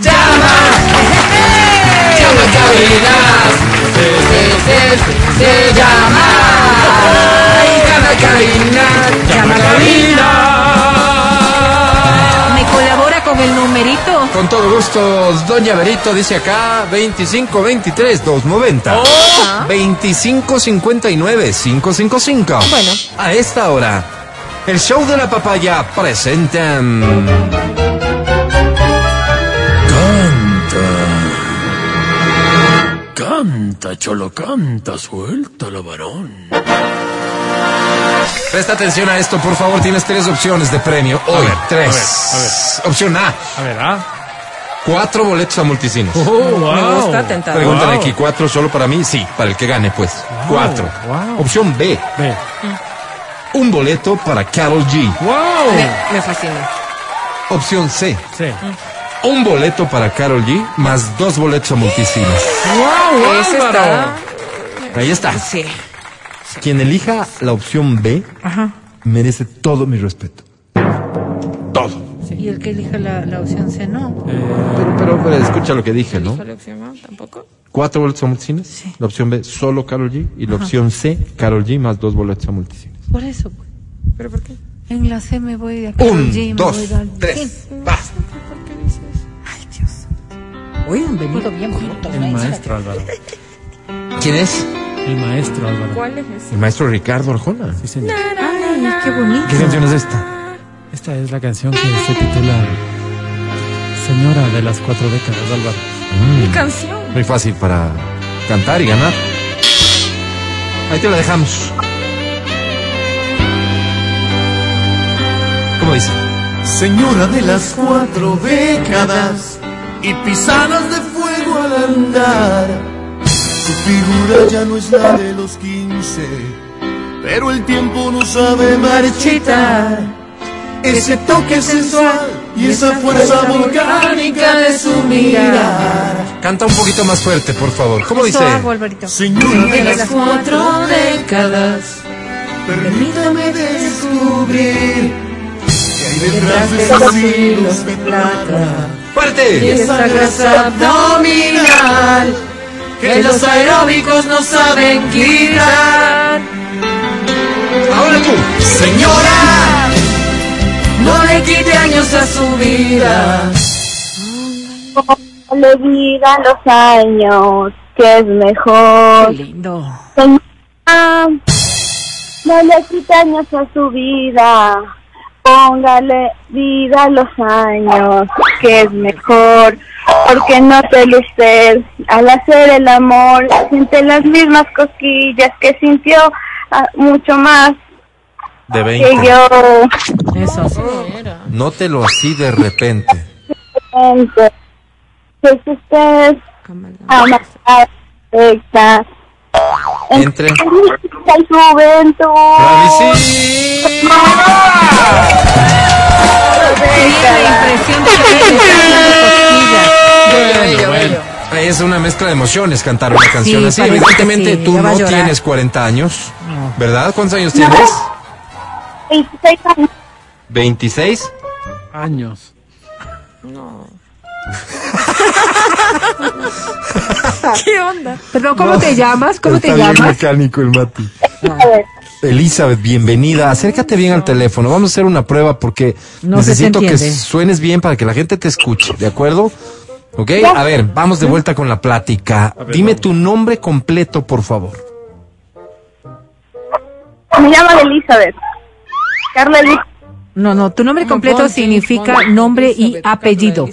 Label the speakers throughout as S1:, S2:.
S1: ¡Llama! ¡Llama cabinas! Se, se, se, se llama. Ay, llama cabinas, llama cabina.
S2: ¿Me colabora con el numerito?
S1: Con todo gusto, Doña Berito dice acá 2523 290
S3: Oh.
S1: 2559 555.
S2: Bueno.
S1: A esta hora, el show de la papaya presentan.
S4: Canta. Canta, cholo, canta, suelta la varón.
S1: Presta atención a esto, por favor. Tienes tres opciones de premio. Hoy,
S3: ver,
S1: tres.
S3: a ver,
S1: Opción A,
S3: A ver, ah. Oh,
S1: cuatro boletos a multicines.
S2: Me gusta tentar.
S1: Preguntan
S3: Wow.
S1: aquí, ¿cuatro solo para mí? Sí, para el que gane, pues. cuatro.
S3: wow.
S1: Opción B,
S3: Ve.
S1: un boleto para Carol G.
S3: ¡Wow!
S2: Me, me fascina.
S1: Opción C,
S3: Sí.
S1: un boleto para Carol G más dos boletos a multicines.
S3: ¡Wow,
S2: Ese está...
S1: Ahí está.
S2: Sí.
S1: Quien elija la opción B merece todo mi respeto.
S5: Y el que elija la, la opción C, no.
S4: ¿Eh?
S1: Pero, pero, pero escucha lo que dije, ¿no?
S5: ¿La opción A tampoco?
S1: Cuatro boletos a multicines. La opción B, solo Carol G. Y la opción C, Carol G más dos boletos a multicines.
S5: Por eso, pues.
S2: ¿Pero por qué?
S5: En la C me voy de aquí.
S1: Un, dos, tres, vas.
S2: Oigan, venido.
S5: Todo bien bruto,
S3: El maestro Álvaro.
S1: ¿Quién es?
S3: El maestro Álvaro.
S2: ¿Cuál es ese?
S1: El maestro Ricardo Arjona.
S3: Sí, señor.
S5: Ay, qué bonito.
S1: ¿Qué canción es esta?
S3: Esta es la canción que se titula Señora de las cuatro décadas, Álvaro.
S2: Mi canción.
S1: Muy fácil para cantar y ganar. Ahí te la dejamos. ¿Cómo dice?
S4: Señora de las cuatro décadas y pisadas de fuego al andar. Su figura ya no es la de los quince, pero el tiempo no sabe marchitar. Ese toque sensual y esa fuerza volcánica de su mirar.
S1: Canta un poquito más fuerte, por favor. ¿Cómo dice?
S5: hago, Alvarito.
S4: Señora de las
S5: cuatro décadas.
S4: Permítame descubrir que hay detrás de esos hilos de plata
S1: ¡Fuerte!
S4: esa grasa abdominal que los aeróbicos no saben quitar.
S1: ¡Ahora tú!
S4: Señora, no le quite años a su vida.
S6: No le digan los años que es mejor.
S2: Lindo.
S6: Señora, no le quite años a su vida. Póngale vida a los años que es mejor. Porque no te usted al hacer el amor. Siente las mismas cosquillas que sintió ah, mucho más
S1: De
S6: que
S1: 20.
S6: yo.
S2: Eso.
S1: Nótelo así de repente.
S6: Entonces, es usted amada, perfecta.
S1: Entre.
S6: Ay, juventud.
S1: ¡Bravísimo!
S2: Tenía la impresión de que me cosquillas.
S1: Bueno, bueno. Es una mezcla de emociones cantar una canción
S2: Sí,
S1: así.
S2: parece que
S1: Evidentemente
S2: sí,
S1: tú
S2: ya va a
S1: no
S2: llorar.
S1: tienes 40 años, ¿verdad? ¿Cuántos años tienes?
S6: 26 años.
S1: ¿26?
S3: Años.
S2: ¿Qué onda? Perdón, ¿cómo te llamas? ¿Cómo te llamas?
S1: mecánico el Mati. Elizabeth, bienvenida. Acércate bien al teléfono. Vamos a hacer una prueba porque
S2: No se te
S1: necesito que
S2: entiende.
S1: suenes bien para que la gente te escuche, ¿de acuerdo? Ok, a ver, vamos de vuelta con la plática. Dime tu nombre completo, por favor.
S6: Me llaman Elizabeth. Carla Elizabeth.
S2: No, no, tu nombre completo significa nombre y apellido.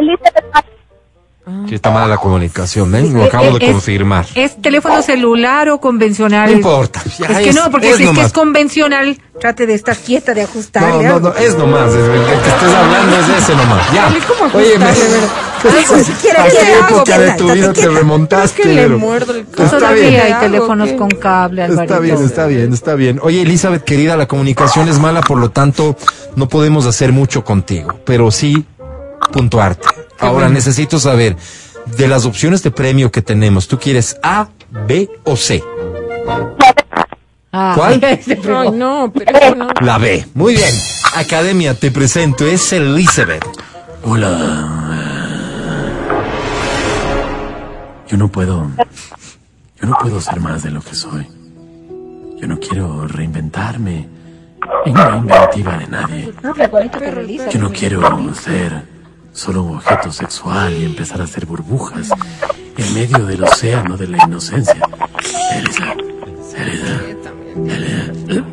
S6: Elizabeth.
S1: Que está mala la comunicación, ¿eh? Lo acabo de
S2: Es-
S1: confirmar.
S2: ¿Es teléfono celular o convencional?
S1: No importa.
S2: Es
S1: ya
S2: que no, porque si es que
S1: nomás.
S2: es convencional, trate de estar quieta, de ajustar. ¿eh?
S1: No, no, no, es nomás, es- el que estés hablando es ese nomás. Ya.
S2: Dale, ¿cómo
S1: Oye,
S2: ajustarle, verdad? Algo
S1: ¿A
S2: siquiera
S1: qué
S2: quiere algo,
S1: época de
S2: ¿verdad?
S1: tu vida
S2: Entonces,
S1: te
S2: ¿qué?
S1: remontaste? pero- Está
S2: Todavía
S1: bien.
S2: hay teléfonos con cable, Alvarito.
S1: Está bien, está bien, está bien. Oye, Elizabeth, querida, la comunicación es mala, por lo tanto, no podemos hacer mucho contigo, pero sí puntuarte. Ahora necesito saber, de las opciones de premio que tenemos, ¿tú quieres A, B o C?
S2: Ah,
S1: ¿Cuál?
S2: ese fregó.
S5: no, pero no.
S1: La B. Muy bien. Academia, te presento, es Elizabeth.
S4: Hola. eh, Yo no puedo. Yo no puedo ser más de lo que soy. Yo no quiero reinventarme en una inventiva de nadie. Yo no quiero ser solo un objeto sexual y empezar a hacer burbujas en medio del océano de la inocencia. Elisa, Elisa, Elisa.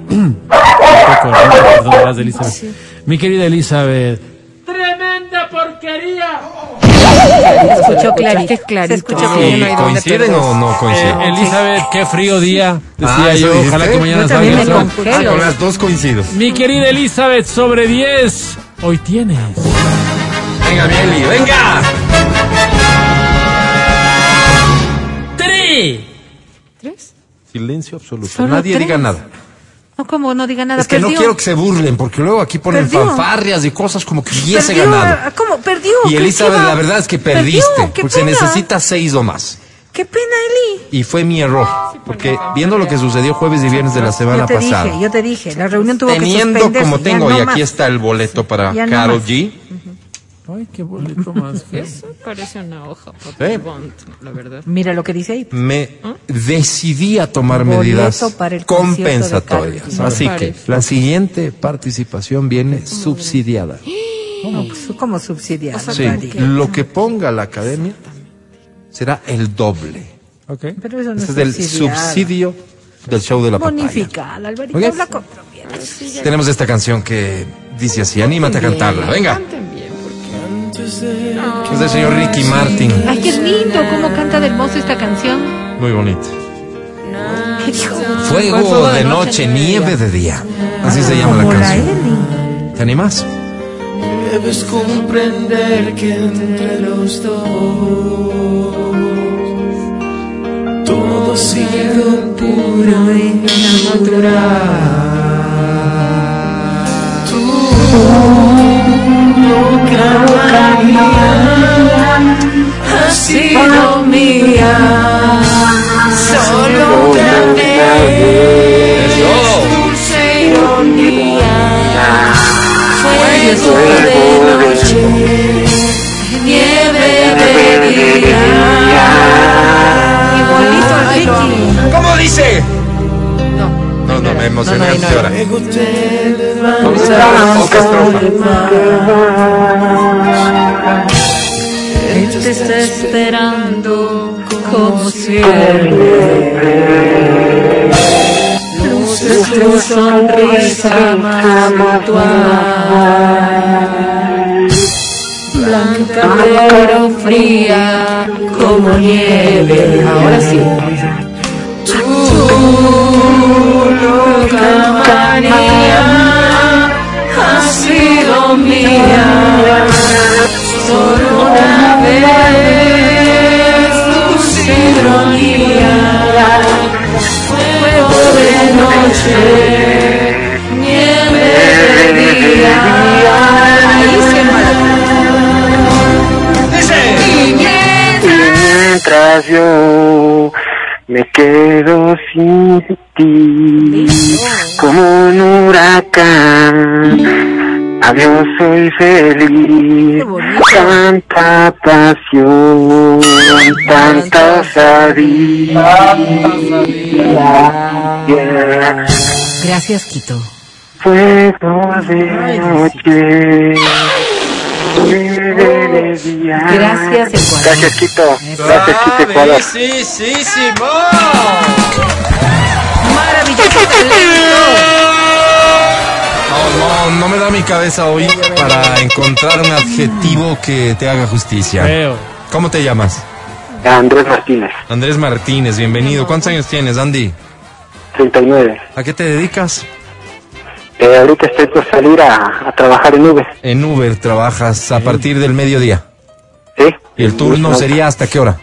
S3: Un poco, ¿no? Perdón, vas, Elizabeth. Mi querida Elizabeth,
S7: ¡Tremenda porquería!
S2: Se escuchó clarito.
S5: Se escuchó
S2: Sí,
S5: clarito.
S1: ¿Y
S5: no hay dónde
S1: coinciden
S5: perderse.
S1: o no
S3: eh,
S1: coinciden?
S3: Elizabeth, qué frío día. Decía
S1: Ah, ¿eso
S3: yo,
S1: dijiste?
S3: ojalá que mañana
S2: Yo
S3: salga
S2: también
S3: el
S2: me
S3: sol.
S1: Ah,
S2: congelo.
S1: con las dos coincido.
S3: Mi querida Elizabeth, sobre 10. Hoy tienes.
S1: Venga, Mieli, venga.
S3: ¡Tri!
S5: ¿Tres?
S1: Silencio absoluto.
S5: Solo
S1: Nadie
S5: tres.
S1: diga nada.
S5: No, como no diga nada.
S1: Es que no
S5: perdió.
S1: quiero que se burlen, porque luego aquí ponen
S5: Perdió.
S1: fanfarrias y cosas como que hubiese
S5: Perdió,
S1: ganado.
S5: ah, ¿Cómo? Perdió.
S1: Y
S5: ¿qué
S1: Elizabeth,
S5: iba?
S1: la verdad es que
S5: Perdió,
S1: perdiste.
S5: qué
S1: porque se
S5: pena.
S1: necesita seis o más.
S5: Qué pena, Eli.
S1: Y fue mi error. Porque viendo lo que sucedió jueves y viernes de la semana
S5: yo te
S1: pasada.
S5: dije, yo te dije, la reunión tuvo que
S1: Teniendo
S5: suspenderse.
S1: como
S5: ya
S1: tengo,
S5: no
S1: y
S5: más.
S1: aquí está el boleto para
S5: Ya no
S1: Carol
S5: más.
S1: G.
S3: Ay, qué boleto más feo.
S7: Parece una hoja, papel
S1: ¿Eh?
S7: bond, la verdad.
S5: Mira lo que dice ahí.
S1: me decidí a tomar
S5: Boleto
S1: medidas
S5: para el concierto de
S1: compensatorias.
S5: Carlos
S1: Así
S7: Vives.
S1: que la siguiente participación viene subsidiada.
S5: No, pues, como subsidiario.
S1: Sí, lo que ponga la academia será el doble.
S3: Ok.
S5: Pero eso no
S1: Ese
S5: es
S1: es el
S5: subsidiado.
S1: subsidio del show de la papaya.
S5: Bonificada, Alvarito.
S1: Oiga.
S5: Habla con propiedad.
S1: Tenemos esta canción que dice así, anímate a cantarla, venga.
S7: Canten bien, porque
S1: Es del señor Ricky Martin,
S2: Ay, qué lindo cómo canta de hermoso esta canción.
S1: muy bonito.
S5: ¿Qué dijo?
S1: Fuego de noche, nieve de día. Así se llama la
S5: Como la
S1: canción.
S5: Eli.
S1: ¿Te animas?
S4: Debes comprender que entre los dos todo ha sido puro y natural. Tú nunca lo cambias, has sido mía. Solo otra vez, dulce ironía. Fuego de noche, nieve de día.
S5: Igualito a Ricky.
S1: ¿Cómo dice?
S5: No.
S1: No, no, me emocioné antes de ahora.
S4: Luego te
S1: Vamos a poca estrofa.
S5: Él te está esperando como siempre. Luces tu sonrisa más habitual. Blanca pero fría como nieve. Ahora sí. Tú, loca manía, has sido mía. Solo una vez tu ironía, fuego de noche, nieve de día. Ahí se
S8: mientras yo me quedo sin ti como un huracán. Adiós, soy feliz. Tanta pasión, tanta osadía.
S5: Gracias, Quito.
S8: Fuego de noche. nieve de día.
S5: Gracias, Ecuador.
S8: Gracias, Quito. Gracias, Quito, Ecuador.
S5: Maravilloso.
S1: No, no, no me da mi cabeza hoy para encontrar un adjetivo que te haga justicia.
S3: Feo.
S1: ¿Cómo te llamas?
S8: Andrés Martínez,
S1: Andrés Martínez, bienvenido. ¿Cuántos años tienes, Andy?
S8: 39.
S1: ¿A qué te dedicas?
S8: Eh, ahorita estoy por salir a, a trabajar en Uber.
S1: En Uber trabajas a partir del mediodía.
S8: ¿sí?
S1: ¿Y el turno
S8: No,
S1: sería hasta qué hora?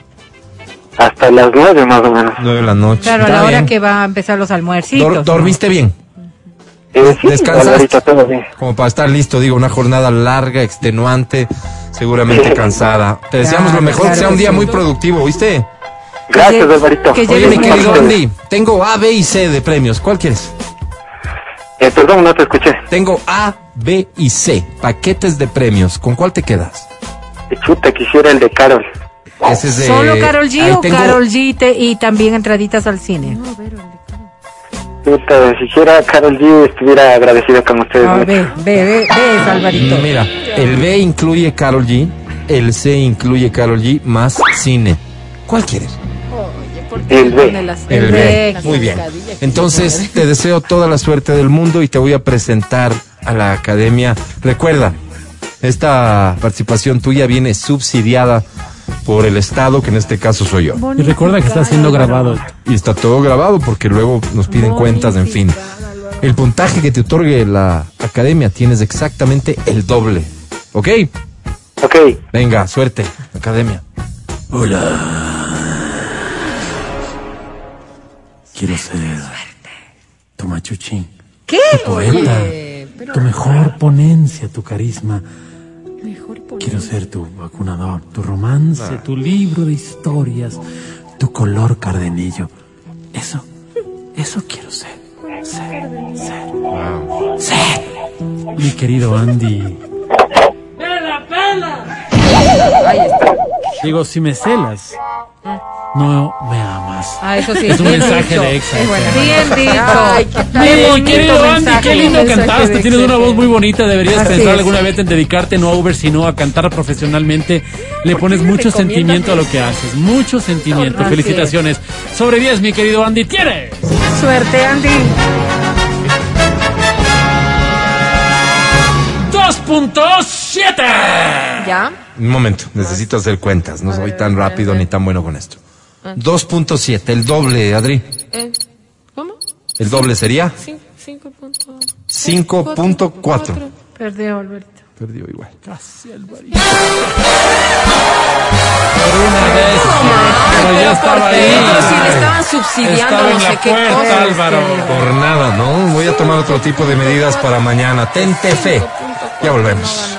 S8: Hasta las 9 más o menos.
S1: Nueve de la noche.
S2: Claro, a
S1: Está
S2: la hora
S1: bien.
S2: que va a empezar los almuercitos.
S1: Dor-
S2: ¿no?
S1: ¿Dormiste bien?
S8: Eh, sí,
S1: ¿Descansaste?
S8: Alvarito, todo bien.
S1: Como para estar listo, digo, una jornada larga, extenuante, seguramente cansada. Te deseamos lo
S5: Claro,
S1: mejor, que
S5: claro
S1: sea un
S5: que
S1: día
S5: sí.
S1: muy productivo, ¿viste?
S8: Gracias,
S5: Que-
S8: Alvarito.
S5: que
S1: Oye,
S5: lleves
S1: mi
S5: muy
S1: querido
S5: bien.
S1: Andy, tengo A, B y C de premios. ¿Cuál quieres?
S8: Eh, perdón, no te escuché.
S1: Tengo A, B y C, paquetes de premios. ¿Con cuál te quedas?
S8: Eh, Chuta, quisiera el de Carol.
S1: Ese es de-
S5: ¿Solo Carol
S1: ahí
S5: G o
S1: tengo-
S5: Carol G y te- y también entraditas al cine?
S8: Chuta, siquiera Carol G estuviera agradecido con ustedes.
S5: No,
S8: mucho.
S5: ve, ve, ve, ve, Alvarito.
S1: Mira, el B incluye Carol G, el C incluye Carol G más cine. ¿Cuál quieres?
S8: El B.
S1: El B.
S5: B.
S1: Muy bien. Entonces, te deseo toda la suerte del mundo y te voy a presentar a la academia. Recuerda, esta participación tuya viene subsidiada por el Estado, que en este caso soy yo.
S3: Y recuerda que está siendo grabado.
S1: Y está todo grabado porque luego nos piden cuentas, en fin. El puntaje que te otorgue la academia tienes exactamente el doble. ¿Ok?
S8: Ok,
S1: Venga, suerte, academia.
S4: Quiero ser Tomachuchín.
S5: ¿Qué?
S4: Poeta. Tu mejor ponencia, tu carisma. Quiero ser tu vacunador, tu romance, tu libro de historias, tu color cardenillo. Eso, eso quiero ser. Ser, ser, ser. Mi querido Andy.
S7: ¡Pela, pela!
S3: Digo, si me celas, no me amas.
S2: Ah, eso sí.
S3: Es un
S2: bien
S3: mensaje
S2: dicho.
S3: de exa.
S2: Es bueno.
S5: Bien dicho.
S3: Mimo,
S2: bonito
S3: querido Andy,
S2: mensaje,
S3: qué lindo
S2: mensaje
S3: cantaste.
S2: de
S3: Tienes una
S2: excelente.
S3: voz muy bonita. Deberías
S5: Así
S3: pensar
S5: es.
S3: alguna vez en dedicarte no a Uber, sino a cantar profesionalmente. Le pones mucho sentimiento a lo que haces. Mucho sentimiento.
S5: Así
S3: Felicitaciones. Sobre 10, mi querido Andy. ¡Tienes!
S5: Suerte, Andy.
S3: ¡2.7!
S2: ¿Ya?
S1: Un momento, necesito hacer cuentas. No soy tan rápido ni tan bueno con esto. 2.7, el doble, Adri.
S7: Eh, ¿Cómo?
S1: El doble sería
S7: Cin- Cinco punto...
S1: 5.4.
S5: Perdió, Alberto.
S1: Perdió igual.
S3: Pero ya estaba ahí.
S2: si le estaban subsidiando
S3: Estaba
S2: no
S3: en
S2: sé
S3: la
S2: qué
S3: puerta,
S2: cosas.
S3: Álvaro.
S1: Por nada, ¿no? Voy a tomar otro tipo de medidas para mañana. Tente fe. Ya volvemos.